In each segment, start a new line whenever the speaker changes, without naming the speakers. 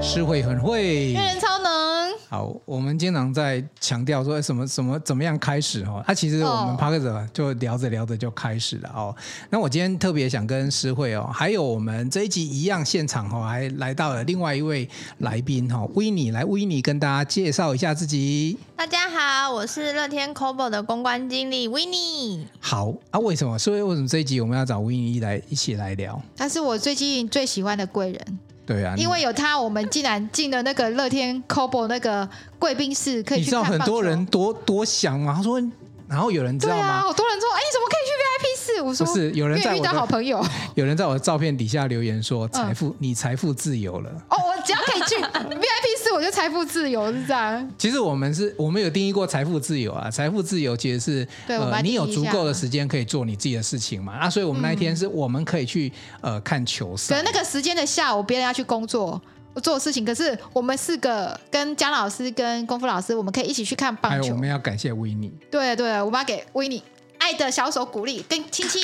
诗慧很会
阅。
嗯
人超能，
好，我们经常在强调说哎什么什么怎么样开始哦，那、其实我们
哦
p a r k 就聊着聊着就开始了哦。那我今天特别想跟诗慧哦，还有我们这一集一样现场哦，还来到了另外一位来宾哦，维尼来维尼跟大家介绍一下自己。
大家好，我是乐天 Cobo 的公关经理 w i n n i
好啊，为什么？所以为什么这一集我们要找维尼来一起来聊？
他是我最近最喜欢的贵人，
对啊，
因为有他，我们竟然进了那个乐天 Cobo 那个贵宾室，可以
你
去
知道
看
很
棒
多
球
人多多想嘛，他说，然后有人知
对
道
啊，
吗？
好多人说，哎，你怎么可以去 VIP 室？我说
不是有人
因为
在我
遇到
的
好 朋友哦，
有人在我的照片底下留言
嗯
说，财富、你财富自由了。
哦我只要可以去 VIP 室，我就财富自由，是这样。
其实我们 是啊我们有定义过财富自由啊，财富自由其实是
对我把
呃
它
你
定义
有
一
足
下嗯
够的时间可以做你自己的事情嘛啊，所以我们那一天是我们可以去呃看球
可
赛
能，那个时间的下午，别人要去工作。做事情，可是我们四个跟姜老师、跟功夫老师，我们可以一起去看
还
棒
有哎我
球。
们要感谢维尼。
对啊对，我妈给维尼爱的小手鼓励跟 亲 亲，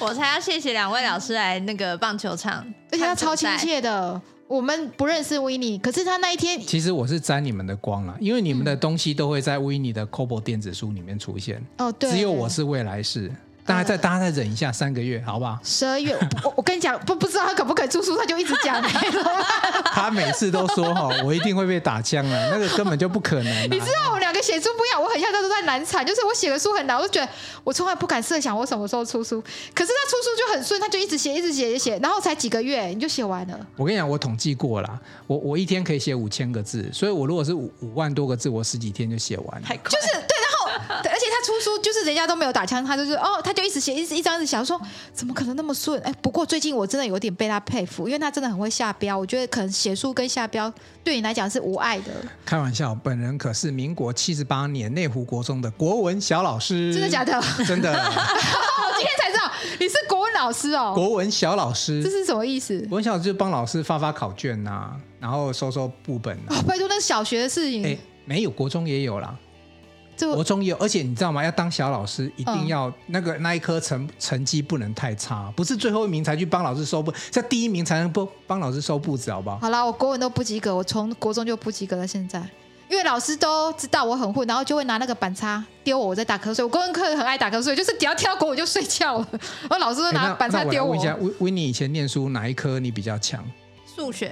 我才要谢谢两位老师来那个棒球场，
而且他超亲
看比赛。
切的。我们不认识维尼，可是他那一天
其实我是沾你们的光了，因为你们
嗯
的东西都会在维尼的 Kobo 电子书里面出现，
哦，对，？
只有我是未来式。大家再大家再忍一下三个月，好不好
十二月，我我我跟你讲，不不知道他可不可以住宿，他就一直讲，
他每次都说哈，我一定会被打枪了，那个根本就不可能啊。
你知道我们两个写书不一样，我很像他都在难产，就是我写的书很难，我就觉得我从来不敢设想我什么时候出书，可是他出书就很顺，他就一直写，一直写，一直写，然后才几个月你就写完了，
我跟你讲，我统计过啦，我我一天可以写五千个字，所以我如果是五五万多个字，我十几天就写完了。
太快
就是对，然 后对而且他出书就是人家都没有打枪，他就是哦，他就一直写，一直一张一直写，我说怎么可能那么顺？哎，不过最近我真的有点被他佩服，因为他真的很会下标，我觉得可能写书跟下标对你来讲是无碍的，
开玩笑，本人可是民国七十八年内湖国中的国文小老师，
真的假？的？
真的，
我今天才知道你是国文老师哦，
国文小老师
这，是什么意思？
国文小老师就帮老师发发考卷呐、然后收收部本啊。
哦，拜托，那是小学的事情，
哎、没有，国中也有啦，
就
国中也有，而且你知道吗？要当小老师，一定
嗯
要那个那一科成成绩不能太差，不是最后一名才去帮老师收布，是要第一名才能不帮老师收布子，好不好？
好啦，我国文都不及格，我从国中就不及格到现在。因为老师都知道我很混，然后就会拿那个板擦丢我，我在打瞌睡。我国文课很爱打瞌睡，就是只要跳国文就睡觉了。 然后老师都
哎
拿
那
板
那我
擦
来
丢我。
问一
那
下，维维尼以前念书哪一科你比较强？
数学，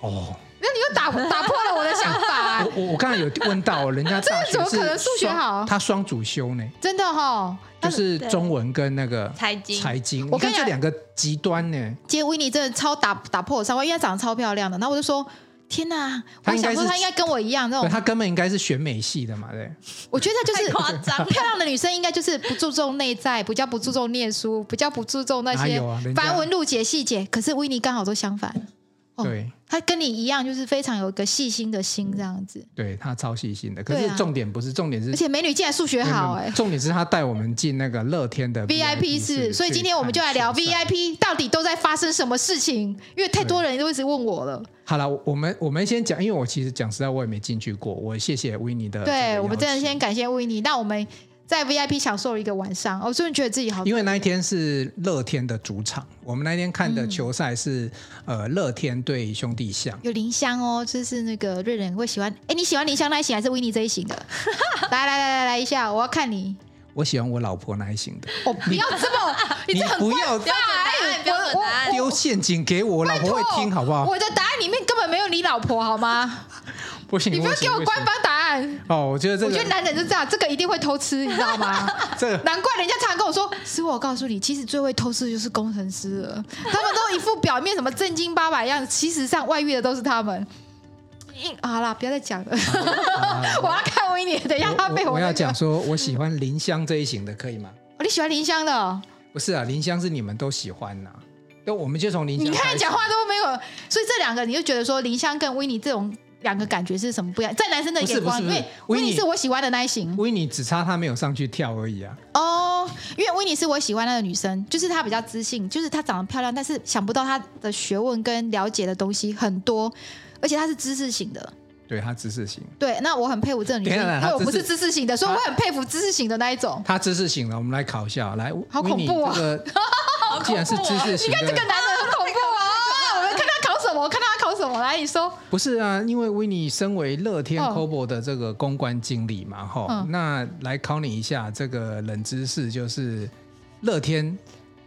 哦，
你又打打破了我的想法、啊
我哦我我刚才有问 到人家大学
这个怎么可能
是
数学
双
好
他双主修呢，
真的哈、哦。
就是
对
中文跟那个
财经
财经，
我
看
跟你
这
讲
两个极端呢，
今天维尼真的超打打破我三观，因为她长得超漂亮的。然后我就说：天哪！
她
我
应该
想
是
说她应该跟我一样那
对
种。
他根本应该是选美系的嘛，对。
我觉得她就是
太夸张了
漂亮的女生应该就是不注重内在，比较不注重念书，比较不注重那
哪
些
有啊人家
繁文缛节细节。可是维尼刚好都相反，哦
对，
她跟你一样，就是非常有一个细心的心这样子。
对他超细心的，可
对
是
啊
重点不是，重点是
而且美女竟然数学
没有
好
没有
哎、
重点是他带我们进那个乐天 的
VIP 室，所以今天我们就来聊
去看球赛
VIP 到底都在发生什么事情，因为太多人都一直问我了。
好了，我们我们先讲，因为我其实讲实在我也没进去过，我谢谢维尼的这个邀请。
对，我们真的先感谢维尼，让我们在 VIP 享受了一个晚上。我真的觉得自己好，
因为那一天是乐天的主场，我们那一天看
嗯
的球赛是、呃乐天对兄弟象。
有林香哦，就是那个瑞仁会喜欢。哎，你喜欢林香那一型还是维尼这一型的？ 来来来来来一下，我要看你。
我喜欢我老婆那一型的，
我、不要 这么，
你
哦这很
不要
标准答案，标准答案。
丢陷阱给我，老婆会听好不好？
我的答案里面根本没有你老婆好吗？
不行，
你不要
行
给我
行
官方答案。
哦，我觉得这
我觉得
个
男人就这样，这个一定会偷吃，你知道吗？
这个
难怪人家常常跟我说，师傅，我告诉你，其实最会偷吃的就是工程师了。他们都一副表面什么正经八百样，其实上外遇的都是他们。硬好啦，不要再讲了，我要看维尼，等一下他被
我我
那
要
个
讲说，我喜欢林香这一型的，可以吗？
哦你喜欢林香的哦，
不是啊，林香是你们都喜欢呐、那我们就从林香
你
开
看
始
讲话都没有，所以这两个你就觉得说林香跟维尼这种两个感觉是什么不一样？在男生的
不是
眼光，
不
因
是不
为
是
维
维
尼
尼
是我喜欢的那一型
维尼只差他没有上去跳而已啊。
哦，因为维尼是我喜欢那个女生，就是她比较知性，就是她长得漂亮，但是想不到她的学问跟了解的东西很多，而且她是知识型的。
对他知识型，
对，那我很佩服这个女生，
等一下等一
因
下
为我
啊她
不
知识
是知识型的，所以我很佩服知识型的那一种。
他知识型了，我们来考一下，来，
好
维尼
恐怖啊
这 个既然是知识型的，
这个男人很恐怖啊！我们看他考什么，我看他考什么。么？来，你说，
不是啊，因为维尼身为乐天
哦
Cobo 的这个公关经理嘛，哈、
嗯
那来考你一下这个冷知识，就是乐天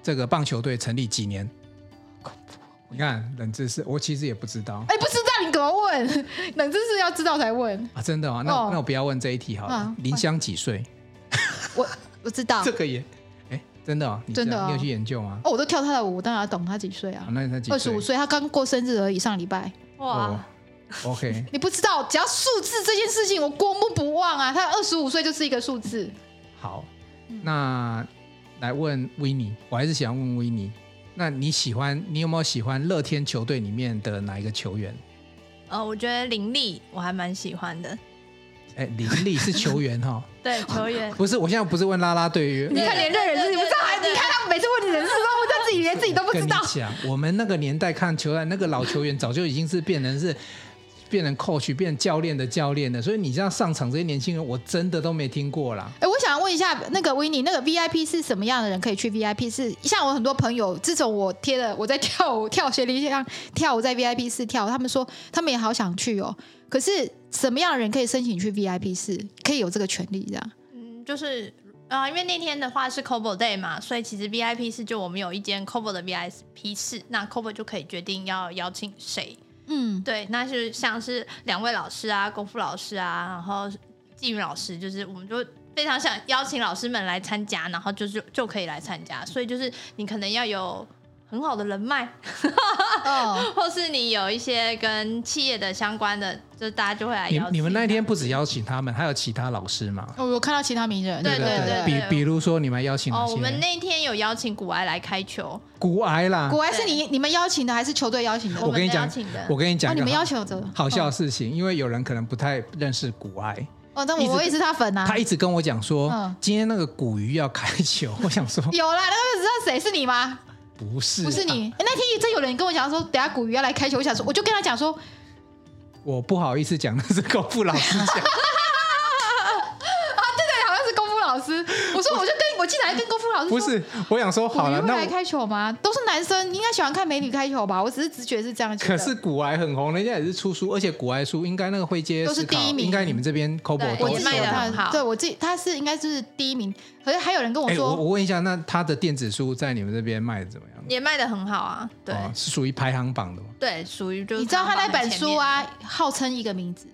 这个棒球队成立几年？
啊
你看冷知识，我其实也不知道
哎、不知道你怎么问？冷知识要知道才问。
啊，真的啊，那、
哦
那我不要问这一题好了
啊。
林香几岁？
我我知道
这，个也，哎，真的、哦，你知道
真的哦
你有去研究吗？
哦，我都跳他的舞，我当然要懂他几岁啊
啊，，那他几岁？
二十五岁，他刚过生日而已，上礼拜。
哦
哇，
，OK，
你不知道，只要数字这件事情，我过目不忘啊。他二十五岁就是一个数字，
好，
嗯
那来问维尼，我还是想问维尼，那你喜欢你有没有喜欢乐天球队里面的哪一个球员？
呃，我觉得林立我还蛮喜欢的，
哎，林立是球员哈、
对球员
不是，我现在不是问啦啦队，
你看连认人是，你不知道，哎还你看他每次问你人事都不知道自己连自己都不
跟
知
你
道。
讲，我们那个年代看球赛，那个老球员早就已经是变成是。变成 coach，变成教练的教练的，所以你这样上场这些年轻人，我真的都没听过啦。
哎、我想问一下，那个维尼，那个 VIP 是什么样的人可以去 VIP？是像我很多朋友，自从我贴了我在跳舞跳学理上跳舞在 VIP 室跳，他们说他们也好想去哦。可是什么样的人可以申请去 VIP 室，可以有这个权利这样？
嗯，就是啊、因为那天的话是 Cobo Day 嘛，所以其实 VIP 室就我们有一间 Cobo 的 VIP 室，那 Cobo 就可以决定要邀请谁。
嗯，
对，那是像是两位老师啊，功夫老师啊，然后纪云老师，就是我们就非常想邀请老师们来参加，然后就是就可以来参加。所以就是你可能要有很好的人脉，
哦，
或是你有一些跟企业的相关的，就大家就会来
你
邀请。
你们那天不止邀请他们，还有其他老师嘛？
哦我有看到其他名人，
对
不
对对
比比如说你们邀请哪
哦，
些？
我们那天有邀请古埃来开球，
骨癌啦，
果然是你你们邀请的还是球队邀请的？
我跟你讲
我们邀请的，
我跟你讲
哦，
一
你
个
们嗯
好
要求的
好笑的事情，因为有人可能不太认识骨癌，
哦，那
一直
我我也是他粉啊。
他一直跟我讲说，
嗯
今天那个骨鱼要开球，我想 说
有啦，那个知道谁是你吗？
不是，
不是
啊，
你。诶那天真有人跟我讲说，等下古鱼要来开球，我想说，我就跟他讲说，
我不好意思讲，那 是功夫老师讲，
对，好像是功夫老师。我说，我就跟我竟然跟功夫老师
不，
说
是，我想说
古
好
鱼
了，
会
那
来
我
开球吗？都是男生，应该喜欢看美女开球吧？我只是直觉是这样觉得。
可是骨癌很红，人家也是出书，而且骨癌书应该那个会接
都是
思考
第一名
应该你们这边 c o b o
对
都
我
也
自
有
卖
己有
得
的。
很好
看，对我自己他是应该就是第一名，可是还有人跟我
哎、我
说，
我问一下，那他的电子书在你们这边卖的怎么样？
也卖的很好啊，对、
哦是属于排行榜的吗？
对，属于就是
你知道他那
排行
本书
榜的前面，
啊，号称一个名字，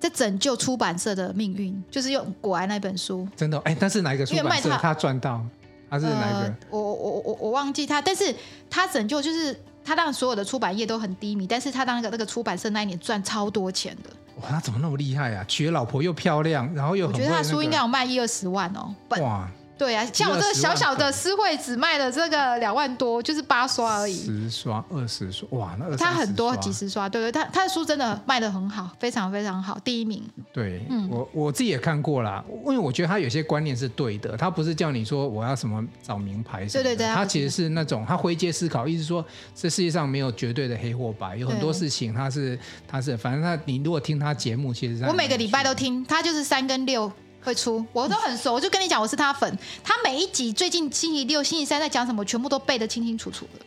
在拯救出版社的命运，就是用古埃那本书。
真的哦？哎、但是哪一个出
因为
版
卖
社
他
他赚到？他是哪一个？
呃？我我我我我忘记他，但是他拯救就是他让所有的出版业都很低迷，但是他让那个那个出版社那一年赚超多钱的。
哇，他怎么那么厉害啊？娶老婆又漂亮，然后又
我
很
觉得他
会
的书
那
应
个
该有卖一二十万哦。本
哇，
对啊，像我这个
120万
小小的诗会只卖了这个两万多，就是八刷而已。
十刷、二十刷，哇，那二
他很多
三
几
刷
十刷，对对，他他的书真的卖的很好，非常非常好，第一名。
对，
嗯
我我自己也看过啦，因为我觉得他有些观念是对的，他不是叫你说我要什么找名牌什么的，
对对对
他
他不是
其实是那种他灰阶思考，意思说这世界上没有绝对的黑或白，有很多
对
事情他是他是，反正他你如果听他节目，其实他
我每个礼拜
很有
都
趣
听，他就是三跟六会出，我都很熟。我就跟你讲，我是他粉。他每一集最近星期六、星期三在讲什么，全部都背得清清楚楚的，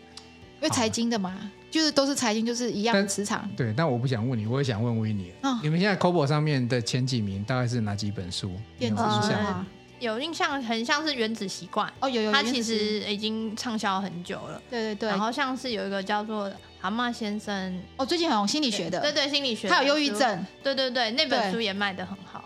因为财经的嘛，就是都是财经，就是一样的
但
磁场。
对，但我不想问你，我也想问维尼，
嗯
你们现在 c o b o 上面的前几名大概是哪几本书？你有
电
印
子
书
书
象吗？
啊，
有印象很像是原子习惯，
哦有有，
它
有
哦其
原子书
实已经畅销很久了。
对对对
然，后像是有一个叫做蛤蟆先生
哦，最近很红心理学
对
的，
对心理学，
他有忧郁，症。
对对对，那本
对
书也卖的很好。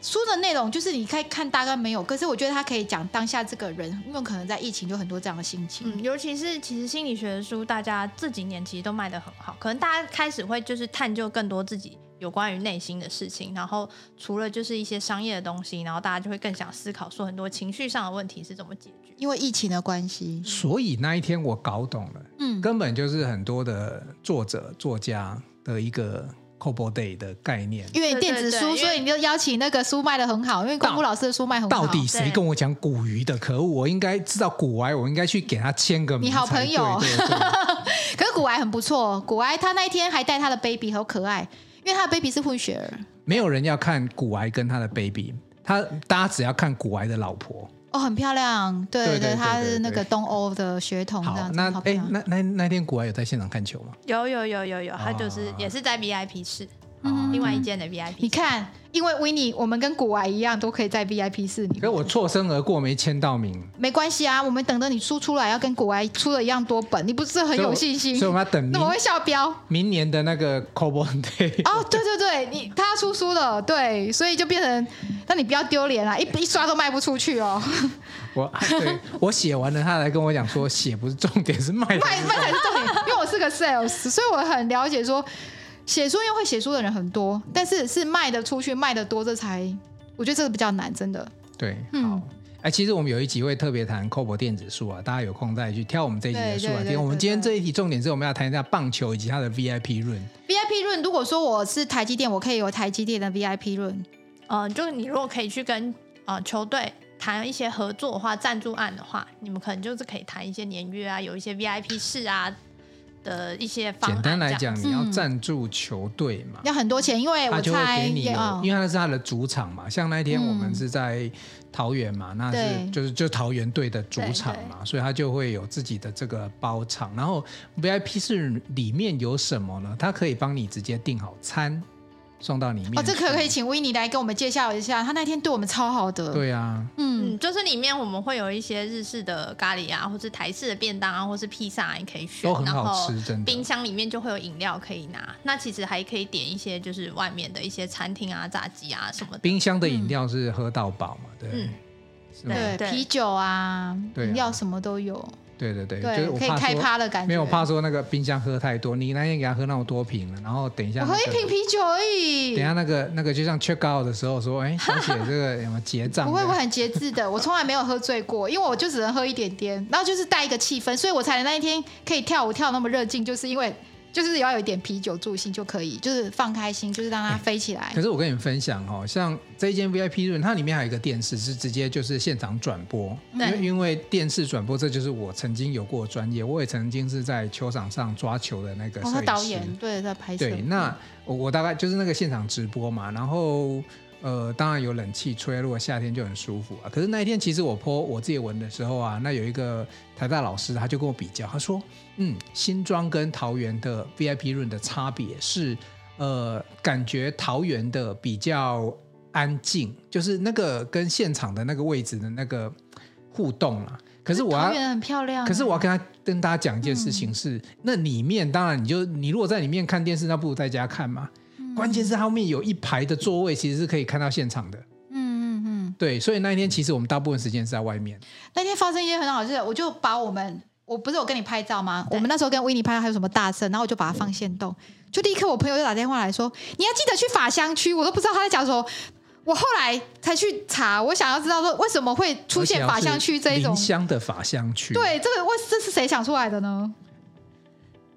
书的内容就是你可以看大概没有，可是我觉得他可以讲当下这个人，因为可能在疫情就很多这样的心情。
嗯，尤其是其实心理学的书，大家这几年其实都卖得很好，可能大家开始会就是探究更多自己有关于内心的事情，然后除了就是一些商业的东西，然后大家就会更想思考说很多情绪上的问题是怎么解决。
因为疫情的关系，
嗯
所以那一天我搞懂了。
嗯，
根本就是很多的作者、作家的一个 c o b o Day 的概念。
因为
对
电
对
子
对
书，
因
所以你就邀请那个书卖的很好，因为
到
功夫老师的书卖很好。
到底谁
对
跟我讲古鱼的？可恶！我应该知道古癌，我应该去给他签个名
你好
才
朋友
对对对
可是古埃很不错，古埃他那一天还带他的 baby，好可爱，因为他的 baby 是混血儿。
没有人要看古癌跟他的 baby，他大家只要看古癌的老婆。
哦，很漂亮，对
对对
它
对对
是那
对
个东欧的血统哦这
好
样，子，
那
好嗯漂
哎
亮，
那那那天古玩有在现场看球吗？
有有有有有，他就是
啊
也是在 VIP 室，
嗯
另外一间的 VIP 室。
你看，因为维尼，我们跟古玩一样，都可以在 VIP 室里
可是
面。
我错身而过，没签到名，
没关系啊，我们等着你输出来，要跟古玩出的一样多本，你不是很有信心
所以？我们要等
那
明
我会下标。
明年的那个 c o b o n Day。
哦， 对对对，你他出书了，对，所以就变成，那你不要丢脸啊啦，一一刷都卖不出去哦，
我对我写完了，他来跟我讲说，写不是重点，是卖的。
卖卖才是重点，因为我是个 sales，所以我很了解说，写书因为会写书的人很多，但是是卖得出去、卖得多，这才我觉得这个比较难，真的。
对，好
嗯。
哎，其实我们有一集会特别谈扣博电子书啊，大家有空再去挑我们这一集的书来
对对对
听。我们
对
今天
对
这一题重点是我们要谈一下棒球以及它的 VIP 论。
VIP 论，如果说我是台积电，我可以有台积电的 VIP 论，
呃，就是你如果可以去跟呃球队谈一些合作的话，赞助案的话，你们可能就是可以谈一些年约啊，有一些 VIP 室啊的一些方案。
简单来
这样
讲，
子
你要
嗯
赞助球队嘛，
要很多钱，因为
他
哎我
就会
猜
给你有，
啊
因为他是他的主场嘛。像那一天我们
嗯
是在桃园嘛，那是
对
就是就桃园队的主场
对
嘛，所以他就会有自己的这个包场。然后 VIP 室里面有什么呢？他可以帮你直接订好餐送到你面去。
哦，这可可以请维尼来跟我们介绍一下，他那天对我们超好的，，
对啊，
嗯，
嗯，就是里面我们会有一些日式的咖喱啊，或是台式的便当啊，或是披萨、啊，你可以选，
都很
然
好
后
吃，真的
冰。箱里面就会有饮料可以拿，那其实还可以点一些就是外面的一些餐厅啊、炸鸡啊什么的。
冰箱的
嗯
饮料是喝到饱嘛，对不对
嗯，
是吗？
对，
对
啤酒啊，
对啊
饮料什么都有，
对对对，就是
对，
我
可以
怕
开
说
趴的感觉。
没有，我怕说那个冰箱喝太多。你那天给他喝那么多瓶了，然后等一下
我
那个、
喝一瓶啤酒而已
等一，下那个那个，就像 check out 的时候说，哎，小姐这个什么结账？
不会，
这
我
样
很节制 的，我从来没有喝醉过，因为我就只能喝一点点，然后就是带一个气氛，所以我才能那一天可以跳舞跳那么热劲，就是因为就是也要有一点啤酒助兴就可以，就是放开心，就是让它飞起来
可。是我跟你们分享哦，像这一间 VIP 润，它里面还有一个电视是直接就是现场转播，因
对
为因为电视转播这就是我曾经有过的专业，我也曾经是在球场上抓球的那个摄
哦，
影
他
师。
导演对在拍摄，
对，那我我大概就是那个现场直播嘛，然后呃，当然有冷气吹，如果夏天就很舒服啊。可是那一天其实我泼我自己闻的时候啊，那有一个台大老师他就跟我比较，他说，嗯，新庄跟桃园的 VIP 润的差别是，呃，感觉桃园的比较安静，就是那个跟现场的那个位置的那个互动啊。可是我要
桃园很漂亮啊，
可是我要跟他跟大家讲一件事
嗯
情是，那里面当然你就你如果在里面看电视，那不如在家看嘛。
嗯
关键是它后面有一排的座位，其实是可以看到现场的。
嗯嗯嗯，
对，所以那一天其实我们大部分时间是在外面。
那天发生一件很好事，我就把我们，我不是有跟你拍照吗？
对
我们那时候跟维尼拍照，还有什么大圣，然后我就把它放线动，就立刻我朋友就打电话来说，你要记得去法香区，我都不知道他在讲什么。我后来才去查，我想要知道说为什么会出现法香区这一种
林。香的法香区，，
对，这个为这是谁想出来的呢？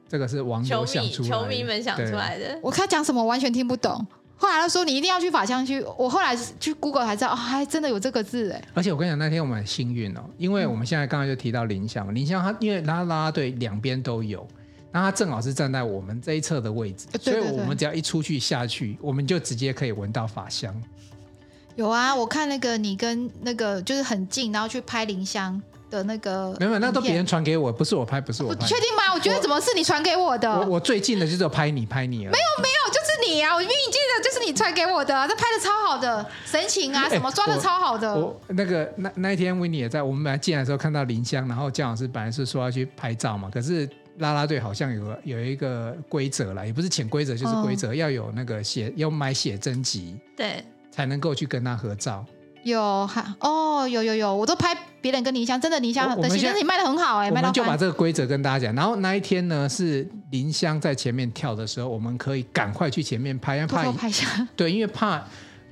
这个是网
球
友想
迷
出来的，
球迷们想出来的，
我看他讲什么我完全听不懂。后来他说你一定要去法香区，我后来去 Google 才知道，哦，还真的有这个字哎
对。。而且我跟你讲，那天我们很幸运哦，因为我们现在刚刚就提到林
嗯
香嘛，林香她因为拉拉队两边都有。那她正好是站在我们这一侧的位置，
呃对对
所以我
对
们只要一出去下去，我们就直接可以闻到法香。
有啊，我看那个你跟那个就是很近，然后去拍林香的那个影片，
没有，那都别人传给我，不是我拍，不是我
我
拍。
确定吗？我觉得怎么是你传给我的？
我我最近的就是有拍你拍你而已。没有
没有，就是你啊！我明明记得就是你传给我的啊，这拍的超好的，神情啊
哎
什么抓的超好的。
我那个那那一天维尼也在，我们本来进来的时候看到林香，然后姜老师本来是说要去拍照嘛，可是啦啦队好像有个有一个规则啦，也不是潜规则，就是
哦
规则、要有那个写要买写真集
对，
才能够去跟他合照。
有还哦，有有有，我都拍别人跟林香，真的林香
我我
的
们
写
现在
真你卖的很好哎、
我
卖
们
到
就把
翻。
这个规则跟大家讲。然后那一天呢是林香在前面跳的时候，我们可以赶快去前面拍，因为
偷
怕
偷拍一下，
对，因为怕，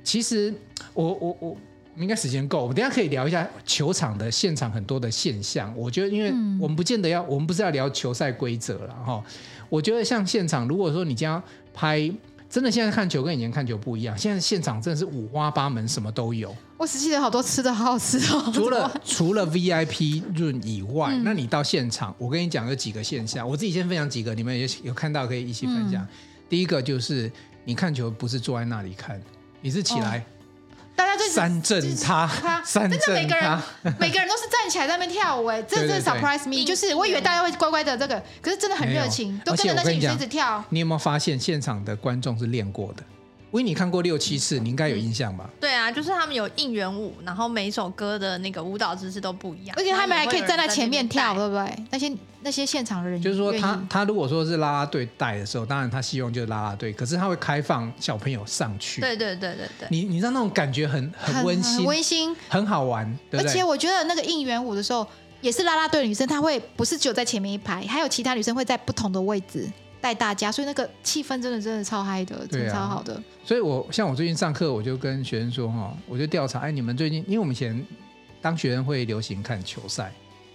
其实我我我我们应该时间够，我们等一下可以聊一下球场的现场很多的现象。我觉得，因为
嗯
我们不见得要，我们不是要聊球赛规则了哈。我觉得像现场，如果说你将要拍，真的现在看球跟以前看球不一样，现在现场真的是五花八门，什么都有。
我只记得好多吃的，好好吃哦。
除
怎么嗯
了除了 VIP 润以外，那你到现场，我跟你讲有几个现象，我自己先分享几个，你们也有看到可以一起
嗯哦
分享。第一个就是你看球不是坐在那里看，你是起来
大家就
三正他
他，
三
真的每
正
个人
他，
每个人都是站起来在那边跳舞，哎，这
对
真
对
的 surprise
对
me，就是我以为大家会乖乖的这个，可是真的很
没有
热情，都
而
跟
且
着那
我
些
跟你
女生
讲
一直跳。
你有没有发现现场的观众是练过的？维尼看过六七次，你应该有印象
嗯
吧？
对啊，就是他们有应援舞，然后每一首歌的那个舞蹈姿势都不一样，
而且他们还可以站在
在
前面跳，
那
对不对？那些那些现场的人
就是说
愿意
他他如果说是啦啦队带的时候，当然他希望就是啦啦队，可是他会开放小朋友上去。
边带。对对对对对，
你你知道那种感觉很很温馨
很，温馨，
很好玩，对
而
不
且
对？
我觉得那个应援舞的时候，也是啦啦队的女生，她会不是只有在前面一排，还有其他女生会在不同的位置带大家，所以那个气氛真的真的超嗨的，真
对
的
啊
超好的。
所以我像我最近上课，我就跟学生说哈，我就调查，哎，你们最近，因为我们以前当学生会流行看球赛，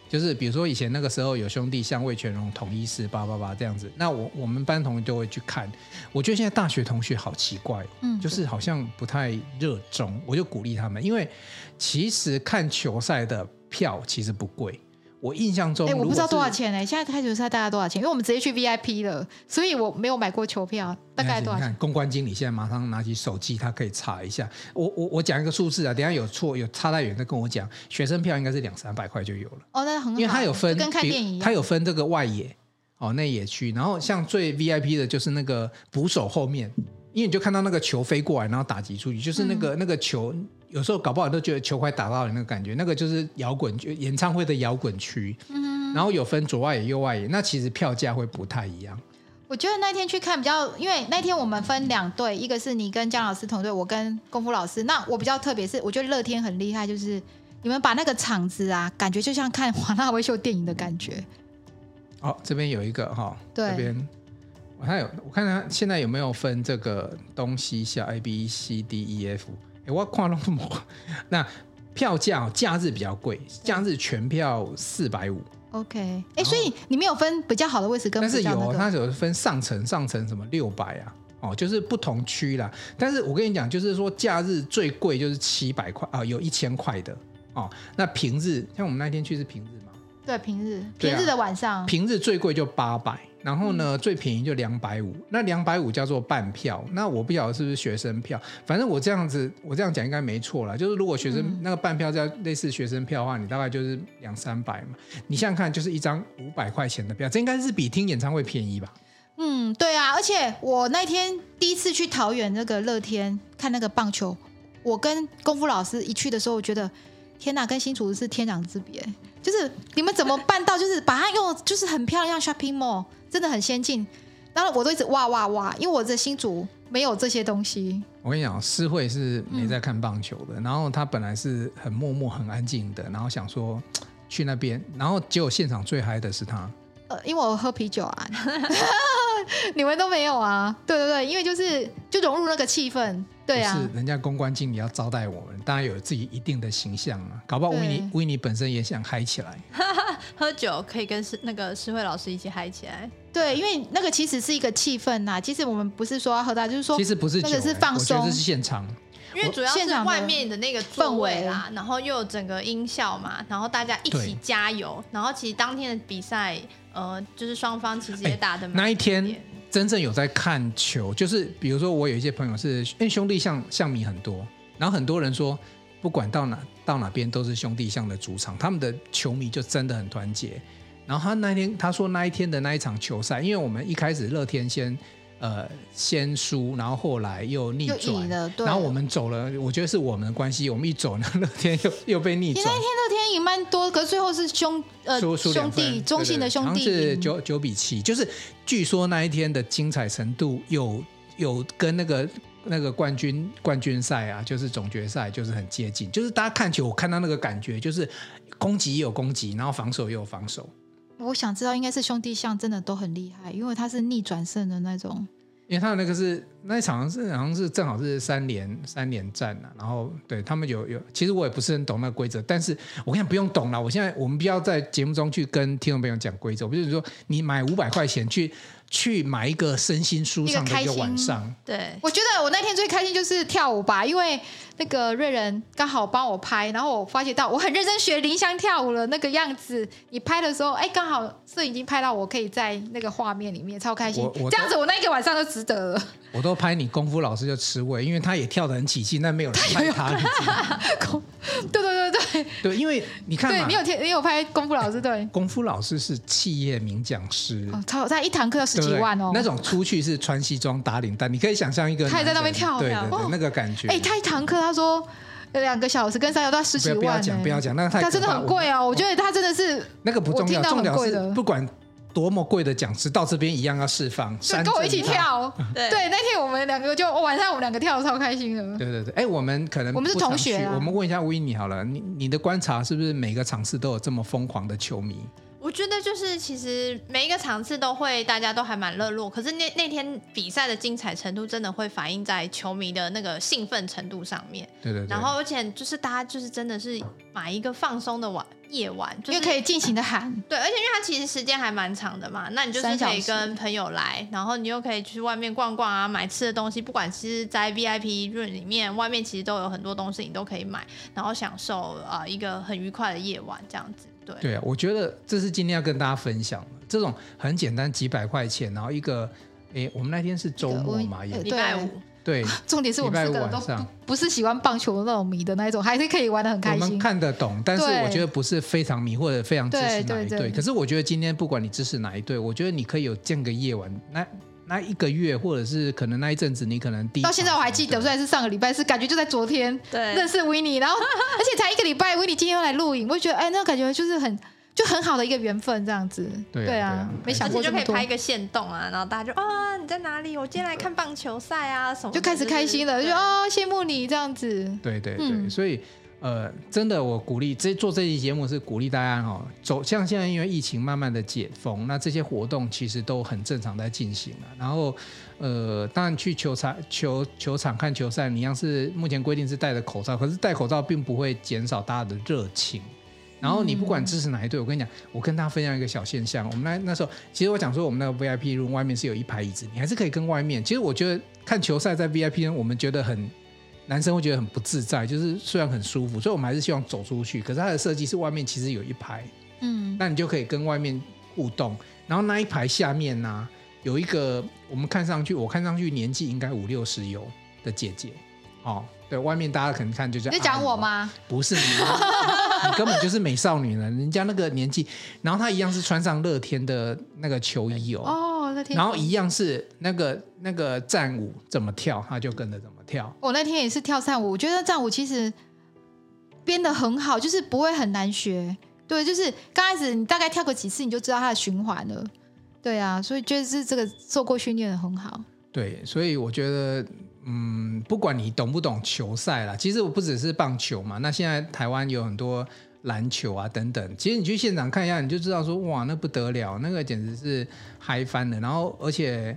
就是比如说以前那个时候有兄弟像魏全龙、统一狮、八八八这样子，那我我们班同学都会去看。我觉得现在大学同学好奇怪哦，
嗯，
就是好像不太热衷，我就鼓励他们，因为其实看球赛的票其实不贵。我印象中，
哎、我
如
不
果
知道多少
是
钱哎、现在开球赛大概多少钱？因为我们直接去 VIP 了，所以我没有买过球票，大概多少
你
钱？
看，公关经理现在马上拿起手机，他可以查一下。我我我讲一个数字啊，等一下有错有差太远再跟我讲。学生票应该是两三百块就有了，
哦，那很好，
因为它有分，
就跟看
比
电影一
它
样。
有分这个外野哦内野区，然后像最 VIP 的就是那个捕手后面，因为你就看到那个球飞过来，然后打击出去，就是那
嗯
个、那个球。有时候搞不好都觉得球快打到你那个感觉，那个就是摇滚区演唱会的摇滚区，嗯、然后有分左外野、右外野，那其实票价会不太一样。
我觉得那天去看比较，因为那天我们分两队，一个是你跟姜老师同队，我跟功夫老师。那我比较特别是，我觉得乐天很厉害，就是你们把那个场子啊，感觉就像看华纳维秀电影的感觉。
哦，这边有一个哈、
对
这边我看有，我看他现在有没有分这个东西下 A B C D E F？哎，我跨那么， 那票价、哦、假日比较贵，假日全票四百五，
OK，哎、所以你没有分比较好的位置跟
但
比
是
较
有
那
哦
个，
它有分上层，上层什么六百啊。哦，就是不同区啦，但是我跟你讲，就是说假日最贵就是七百块啊，有一千块的哦。那平日像我们那天去是平日嘛，
对平日
对啊
平日的晚上，
平日最贵就八百，然后呢、最便宜就两百五。那两百五叫做半票，那我不晓得是不是学生票，反正我这样子我这样讲应该没错啦。就是如果学生、那个半票叫类似学生票的话，你大概就是两三百嘛。你想想看，就是一张五百块钱的票，这应该是比听演唱会便宜吧？
嗯，对啊，而且我那天第一次去桃园那个乐天看那个棒球，我跟功夫老师一去的时候，我觉得天哪，跟新竹是天壤之别。就是你们怎么办到，就是把它用，就是很漂亮像 shopping mall，真的很先进。然后我都一直哇哇哇，因为我在新竹没有这些东西。
我跟你讲，诗慧是没在看棒球的，然后她本来是很默默、很安静的，然后想说去那边，然后结果现场最嗨的是她。
呃，因为我喝啤酒 啊，你们都没有啊？对对对，因为就是就融入那个气氛，对啊
不，是人家公关经理要招待我们，当然有自己一定的形象啊。搞不好
对
维尼维尼本身也想嗨起来，
喝酒可以跟诗那个诗慧老师一起嗨起来，
对，因为那个其实是一个气氛呐、其实我们不是说要喝大，就是说
其实不是酒、
那个是
欸
放松
我觉得是现场。
因为主要
现
是
场的
外面的那个座位啦，然后又有整个音效嘛，然后大家一
对
起加油，然后其实当天的比赛，呃，就是双方其实也
哎
打的、
那一天真正有在看球，就是比如说我有一些朋友是，因为兄弟象象迷很多，然后很多人说，不管到哪到哪边都是兄弟象的主场，他们的球迷就真的很团结。然后他那天他说那一天的那一场球赛，因为我们一开始乐天先呃先输，然后后来又逆
就
转
赢，了。对，
然后我们走了，我觉得是我们的关系，我们一走呢，乐天又又被逆
你
转
那，天乐天赢蛮多，可是最后是兄呃
输输两
兄
分
弟
对
中信的
对对
兄
好像
弟嗯
是
赢
九九比七，就是据说那一天的精彩程度有有跟那个那个冠军冠军赛啊，就是总决赛就是很接近，就是大家看球，我看到那个感觉就是攻击也有攻击，然后防守也有防守，
我想知道应该是兄弟象真的都很厉害，因为他是逆转胜的那种。
因为他的那个是那一场是好像是正好是三连三连战啊，然后对他们有有，其实我也不是很懂那个规则，但是我跟你讲不用懂了，我现在我们不要在节目中去跟听众朋友讲规则，我就是说你买五百块钱去去买一个身心舒畅的一
一
个
个开心
晚上，
对，
我觉得我那天最开心就是跳舞吧，因为那个瑞仁刚好帮我拍，然后我发觉到我很认真学林香跳舞了那个样子。你拍的时候，哎，刚好摄影机拍到我可以在那个画面里面，超开心
我我。
这样子我那一个晚上就值得了。
我都候拍你功夫老师就吃味，因为他也跳得很起劲，但没有人拍他。你知道吗
功， 对对对对
对，因为你嗯看
对，
嘛
你，有听你有拍功夫老师对，
功夫老师是企业名讲师。
哦，超他一堂课要
嗯
十
对不
几
对
万哦，
那种出去是穿西装打领带，你可以想象一个
他也在那边
男生
跳
对对
跳
对，
哦
那个感觉。
哎，他一堂课他说有两个小时跟三小时都要十
不
几
要不要
万
讲
呢，
不要讲，那个太
他真的
可怕
很贵哦，我觉得他真的是
那个不重要，
我听到
重
很
点
贵的
是不管多么贵的讲师，到这边一样要释放。
就
煽
跟我一
震
起
他。
跳，
对
对，那天我们两个就哦晚上我们两个跳得超开心的，
对对对，哎，我们可能
我们是
不常
同学
去
啊
我们问一下维尼好了，你你的观察是不是每个场次都有这么疯狂的球迷？
我觉得就是其实每一个场次都会，大家都还蛮热络。可是那那天比赛的精彩程度，真的会反映在球迷的那个兴奋程度上面。
对对对。
然后，而且就是大家就是真的是买一个放松的晚夜晚，就
因为
是
可以尽情的喊，
对，而且因为它其实时间还蛮长的嘛，那你就是
三小
可以
时
跟朋友来，然后你又可以去外面逛逛啊，买吃的东西，不管是在 VIP room 里面，外面其实都有很多东西你都可以买，然后享受啊、呃一个很愉快的夜晚这样子。对，
对啊，我觉得这是今天要跟大家分享的，这种很简单几百块钱，然后一个，诶，我们那天是周末嘛，
一个
也
温
礼拜
对
五
对，
重点是我们四个人都
礼拜五晚上
不不是喜欢棒球的那种迷的那一种，还是可以玩的很
我
开
们
心。
看得懂，但是
对
我觉得不是非常迷或者非常支持
对
哪一
对
队。
对
可是我觉得今天不管你支持哪一队，我觉得你可以有这样个夜晚，那那一个月或者是可能那一阵子，你可能第一
到现在我还记
场
得，虽然是上个礼拜，是感觉就在昨天认
对
识维尼，然后而且才一个礼拜，维尼今天又来录影，我就觉得哎，那感觉就是很就很好的一个缘分这样子。
对啊
对
对啊
啊，没
而
想
且
过
就可
这么
以
多
拍，一个线动啊，然后大家就啊你在哪里？我今天来看棒球赛啊什么的，啊
就开始开心了，
是
就哦羡慕你这样子。
对对对，
嗯
所以呃，真的，我鼓励这做这期节目是鼓励大家哦，走像现在因为疫情慢慢的解封，那这些活动其实都很正常在进行了。然后呃，当然去球场球球场看球赛，你要是目前规定是戴着口罩，可是戴口罩并不会减少大家的热情。然后你不管支持哪一队，我跟你讲，我跟大家分享一个小现象。我们那那时候，其实我讲说我们那个 VIP room 外面是有一排椅子，你还是可以跟外面。其实我觉得看球赛在 VIP room，我们觉得很男生会觉得很不自在，就是虽然很舒服，所以我们还是希望走出去。可是它的设计是外面其实有一排，
嗯，
那你就可以跟外面互动。然后那一排下面呢、有一个我们看上去，我看上去年纪应该五六十有的姐姐，哦，对外面大家可能看就是
你在讲我
阿姨
吗？
不是你，啊你根本就是美少女了，人家那个年纪，然后她一样是穿上乐天的那个球衣哦，
哦，那天
然后一样是那个那个战舞怎么跳，她就跟着怎么跳。
我那天也是跳战舞，我觉得战舞其实编的很好，就是不会很难学。对，就是刚开始你大概跳个几次，你就知道它的循环了。对啊，所以就是这个受过训练的很好。
对，所以我觉得，嗯，不管你懂不懂球赛啦，其实我不只是棒球嘛，那现在台湾有很多篮球啊等等，其实你去现场看一下，你就知道说，哇，那不得了，那个简直是嗨翻了。然后，而且，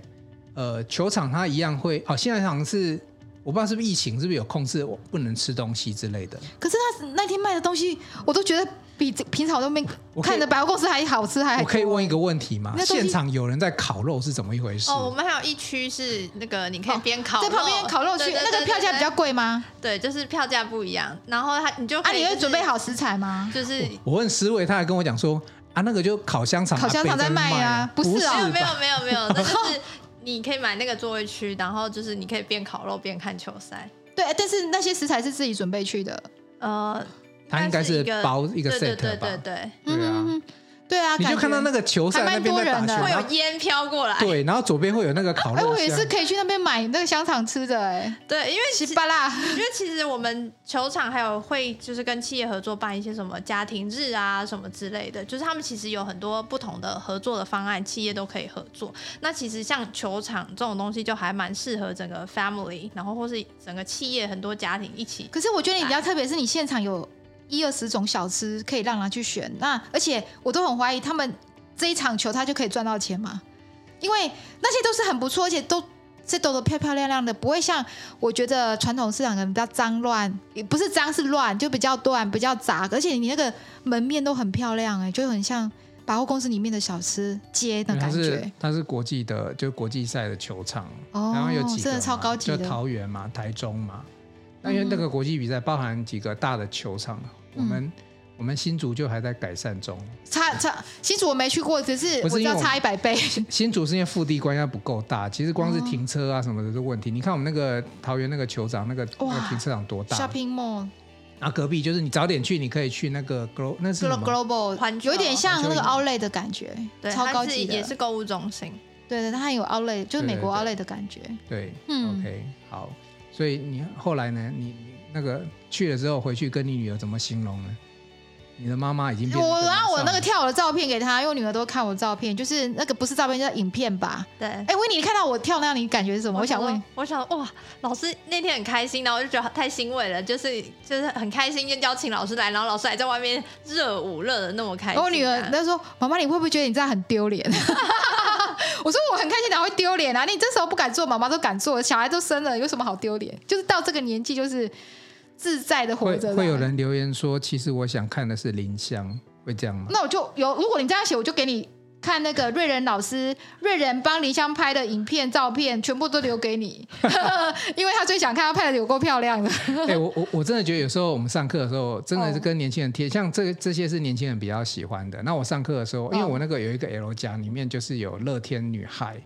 呃，球场它一样会，哦，现在好像是我不知道是不是疫情，是不是有控制我不能吃东西之类的。
可是他那天卖的东西，我都觉得比这平常都没
我可以
看的百货公司还好吃，还
我可以问一个问题吗？
哎啊那东西
现场有人在烤肉是怎么一回事？
哦，我们还有一区是那个你可以边烤肉、
哦在旁边烤肉区，
哦对
那个票价比较贵吗？
对，就是票价不一样，然后他你就
啊，
可以
你
就
会
是
准备，好食材吗？
就是
我问思维，他还跟我讲说。啊，那个就烤香肠，
烤香肠
阿北
在卖
卖
啊
不
不是啊
没有没
吧
有没有没有，那 就是你可以买那个座位区，然后就是你可以边烤肉边看球赛。
对，但是那些食材是自己准备去的。
呃，
它应该是
一个
包一个
对
set
对对
吧？
对对，
对啊
嗯，哼哼对啊，
你就
感觉
看到那个球赛
还
那
蛮
边
多
在打
人的
球，
会
然
有
后
烟飘过来。
对，然后左边会有那个烤
哎，
肉
我也
香
是。可以去那边买那个香肠吃的哎。
对，因为其
稀
实
巴啦，
因为其实我们球场还有会就是跟企业合作办一些什么家庭日啊什么之类的，就是他们其实有很多不同的合作的方案，企业都可以合作。那其实像球场这种东西，就还蛮适合整个 family，然后或是整个企业很多家庭一起。
可是我觉得你比较特别，是你现场有一二十种小吃可以让他去选。那而且我都很怀疑他们这一场球他就可以赚到钱嘛，因为那些都是很不错，而且都是都得漂漂亮亮的，不会像我觉得传统市场可能比较脏乱，也不是脏是乱，就比较乱比较杂，而且你那个门面都很漂亮、哎，就很像百货公司里面的小吃街的
因为它
感
是
觉。
它是国际的，就国际赛的球场，
哦
然后有几个
真的超
嘛
高级
就
的嗯
桃园
嗯
嘛、台中嘛。那因为那个国际比赛包含几个大的球场，我们我们新竹就还在改善中。
差差，新竹我没去过，可是
不
我
是
知
因为
道
我
差一百倍。
新竹是因为腹地关押不够大，其实
哦
光是停车啊什么的都问题。你看我们那个桃园那个酋长那个那
哇
个停车场多大？
Shopping Mall
啊，隔壁就是你早点去，你可以去那个 Glo 那是什
Glo-
么
Global
环球啊
有点像那个
环
Outlet 的感觉，
对，
超
它
高
是
级的，
也是购物中心。
对对，它很有 Outlet，就是美国
对
Outlet 的感觉。
对，
嗯
OK，好。所以你后来呢？你你那个去了之后回去跟你女儿怎么形容呢？你的妈妈已经变
我
成
拿我那个
上
跳舞的照片给她，因为我女儿都看我照片，就是那个不是照片，叫影片吧。
对，
哎，维尼，你看到我跳那样，你感觉是哎什么？我想问
说，，我想哇，老师那天很开心，然后我就觉得太欣慰了，就是就是很开心，就邀请老师来，然后老师还在外面热舞，热的那么开心、啊。
我女儿她说：“妈妈，你会不会觉得你这样很丢脸？” 我说：“我很开心，哪会丢脸啊？你这时候不敢做，妈妈都敢做，小孩都生了，有什么好丢脸？就是到这个年纪，就是自在的啊活
会
着。”
会有人留言说，其实我想看的是林香，会这样 吗？
那我就有，如果你这样写，我就给你看那个瑞仁老师，瑞仁帮林香拍的影片、照片，全部都留给你， 因为他最想看他拍的有够漂亮的。
哎、我我我真的觉得有时候我们上课的时候，真的是
哦
跟年轻人贴，像这这些是年轻人比较喜欢的。那我上课的时候，因为
哦
我那个有一个 L 加，里面就是有乐天女孩。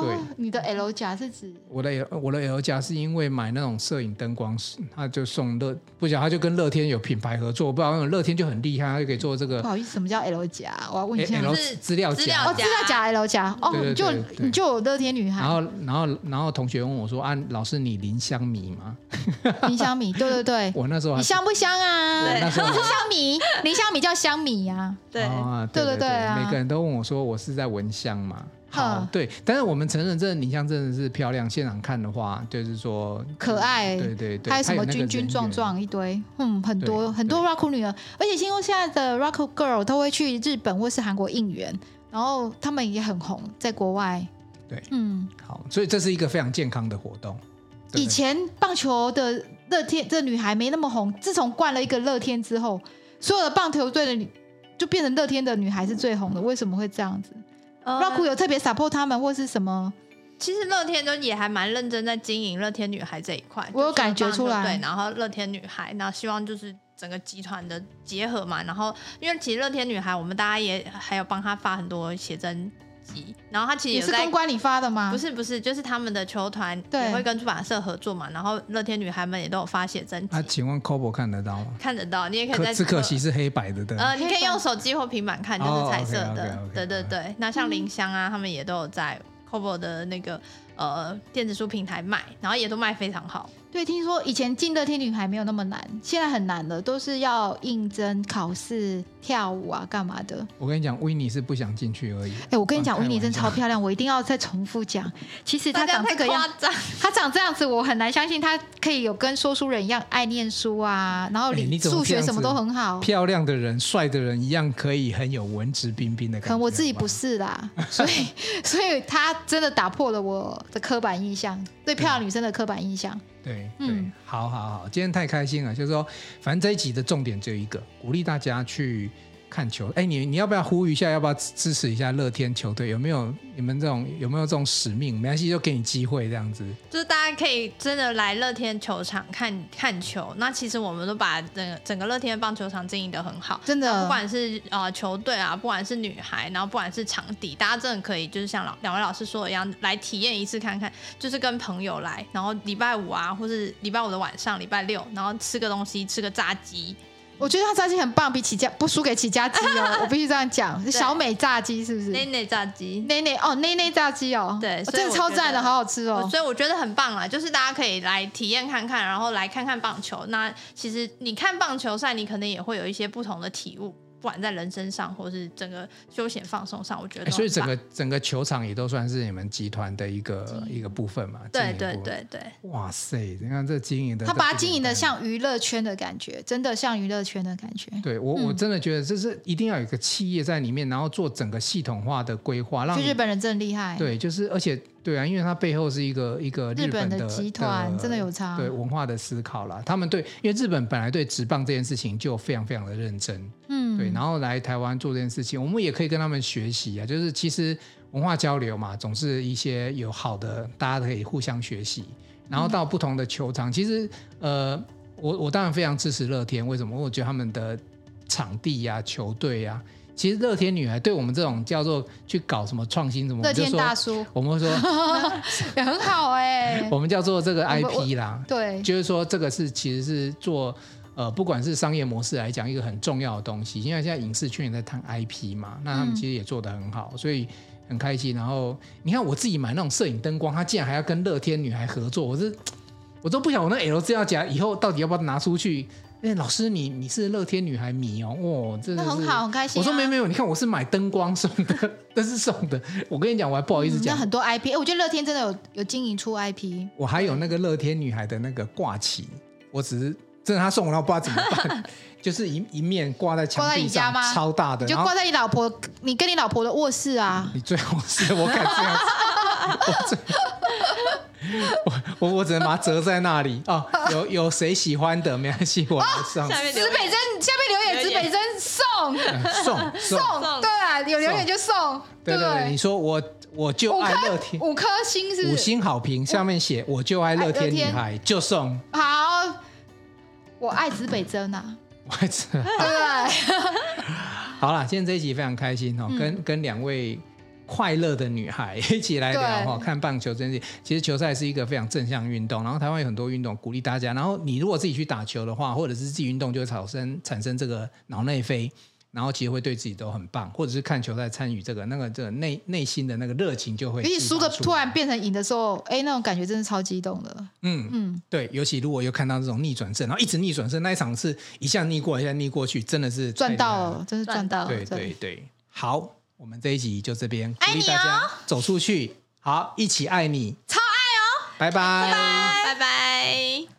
对，
哦，你的 L 夹是指
我的 L 我的 L 加是因为买那种摄影灯光师，他就送乐，不晓得他就跟乐天有品牌合作，不知道那种乐天就很厉害，他就可以做这个
不好意思，什么叫 L 夹？哦我要问一下。
呃 L
是
资料
资
夹
料
哦，知道夹 L 夹哦，
对对
你就
对对
你就有乐天女孩
然，后，然后，然后同学问我说：“啊，老师，你林香迷吗
林香米，对对对？”，
我那时候还
你香不香啊？
对
那时候
我是香米，林香米叫香米呀、
对、
啊，对
对
对
对对啊
每个人都问我说我是在闻香嘛。好
嗯，
对，但是我们承认，这林香真的是漂亮。现场看的话，就是说
可爱
嗯对对对，
还有什么
那个
军军
人
壮
缘，
壮一堆，嗯，很
对
多很多 rock 女儿，而且听说现在的 rock girl 都会去日本或是韩国应援，然后他们也很红，在国外。
对
嗯，
好，所以这是一个非常健康的活动。对
以前棒球的乐天这女孩没那么红，自从冠了一个乐天之后，所有的棒球队的女就变成乐天的女孩是最红的，为什么会这样子、
呃
r o c k 有特别 support 他们或是什么？
其实乐天就也还蛮认真在经营乐天女孩这一块，
我有感觉出来
对，然后乐天女孩，然后希望就是整个集团的结合嘛。然后因为其实乐天女孩，我们大家也还有帮她发很多写真集，然后她其实
也
有
是
在
公关你发的吗？
不是不是，就是他们的球团
对
也会跟出版社合作嘛，然后乐天女孩们也都有发写真集，
啊，请问 Cobo 看得到吗？
看得到，你也可以
可
在
只可惜是黑白的灯。
呃，你可以用手机或平板看，就
哦
是彩色的，
OK，OK，OK，
对对对。那像林香啊，他们也都有在 Kobo 的那个呃电子书平台卖，然后也都卖非常好。
对，听说以前进乐天女孩没有那么难，现在很难了，都是要应征、考试、跳舞啊，干嘛的？
我跟你讲，维尼是不想进去而已。
哎，我跟你讲，
啊
维尼真
开
超
玩笑
漂亮，我一定要再重复讲。其实她
大家
长
太
这个
夸
样，
张，
她长这样子，我很难相信她可以有跟说书人一样爱念书啊，然后
哎
理、
你怎么
数
这样
学什么
子
都很好。
漂亮的人、帅的人一样可以很有文质彬彬的感觉。
可哎能我自己
好吧
不是啦，所 以所以她真的打破了我的刻板印象，对漂亮女生的刻板印象。
对对，
嗯
好好好，今天太开心了，就是说，反正这一集的重点只有一个，鼓励大家去看球。哎，你你要不要呼吁一下？要不要支支持一下乐天球队？有没有你们这种有没有这种使命？没关系，就给你机会这样子。
就是大家可以真的来乐天球场看看球。那其实我们都把整个整个乐天棒球场经营的很好，
真的
不管是呃球队啊，不管是女孩，然后不管是场地，大家真的可以就是像老两位老师说的一样，来体验一次看看，就是跟朋友来，然后礼拜五啊，或是礼拜五的晚上，礼拜六，然后吃个东西，吃个炸鸡，
我觉得他炸鸡很棒，比起家不输给起家鸡 哦，我必须这样讲。小美炸鸡是不是？
内内炸鸡。
内内哦，内内炸鸡哦，
对
哦
所以
这个
我
超
觉
赞的，
得
好好吃哦。
所以我觉得很棒啦，就是大家可以来体验看看，然后来看看棒球。那其实你看棒球赛，你可能也会有一些不同的体悟，不管在人生上，或是整个休闲放松上，我觉得
哎
都很棒。
所以整个整个球场也都算是你们集团的一个一个部分嘛。
对
经
对
营部分。
对对，
哇塞，你看这经营的，
他把它经营的
这不简单
像娱乐圈的感觉，真的像娱乐圈的感觉，
对我，我真的觉得这是一定要有一个企业在里面，然后做整个系统化的规划，让
就
你
日本人真的厉害。
对，就是而且对啊，因为它背后是一个一个
日
本
本的集团真的有差
对文化的思考啦。他们对，因为日本本来对职棒这件事情就非常非常的认真，
嗯，
对，然后来台湾做这件事情，我们也可以跟他们学习啊。就是其实文化交流嘛，总是一些有好的，大家可以互相学习。然后到不同的球场，其实呃，我我当然非常支持乐天，为什么？因为我觉得他们的场地呀、球队呀、其实乐天女孩对我们这种叫做去搞什么创新什么，我
乐
们就
天
说
大叔
我们会说
也很好 哎、
我们叫做这个
我们我
IP 啦，
对，
就是说这个是其实是做呃，不管是商业模式来讲，一个很重要的东西。因为现在影视圈也在谈 IP 嘛，那他们
嗯
其实也做得很好，所以很开心。然后你看我自己买那种摄影灯光，他竟然还要跟乐天女孩合作，我是我都不想我那 L 资料夹以后到底要不要拿出去？哎、老师你你是乐天女孩迷哦，哦，真的
那
是
很好，。很开心、
我
啊。
说没有没有，你看我是买灯光送的， 但是送的。我跟你讲，我还不好意思
嗯
讲
那，很多 IP，、哎我觉得乐天真的有有经营出 IP，
我还有那个乐天女孩的那个挂旗，我只是真的她送我，那我不知道怎么 办，就是一一面挂在墙
挂在
壁
你家
上
吗，
超大的，
你就
然后
挂在你老婆，你跟你老婆的卧室啊。
你最好是我敢这样子，我最我我我只能把它折在那里啊、哦，有有谁喜欢的没关系，我来送、
下面
指
留言
北针下面留言，指
留言
北针送
嗯送送，
送，
送
对啊，有留言就送，
对
不
对对，你说我我就
五
爱乐
颗
天。
五颗星是不
五
是？
星好评，下面写我就爱乐
爱乐
天女
天
孩，就送，
好，我爱指北针啊，
我还知道
对不对？
好啦，今天这一集非常开心哦，
嗯
跟跟两位快乐的女孩一起来聊哦，
对
看棒球这件事。其实球赛是一个非常正向运动，然后台湾有很多运动鼓励大家。然后你如果自己去打球的话，或者是自己运动，就会产生产生这个脑内啡。然后其实会对自己都很棒，或者是看球赛参与这个那个这个内内心的那个热情就会
尤其
释
输
放
的
出来
突然变成赢的时候，哎，那种感觉真的超激动的。
嗯
嗯，
对，尤其如果又看到这种逆转胜，然后一直逆转胜，那一场是一下逆过一下逆过去，真的是太
赚
厉害
到了，真是赚到了。
对
真的
对对，好，我们这一集就这边，鼓
爱
励
你
大
哦
家走出去，好，一起爱你，
超爱哦。
拜拜
拜拜。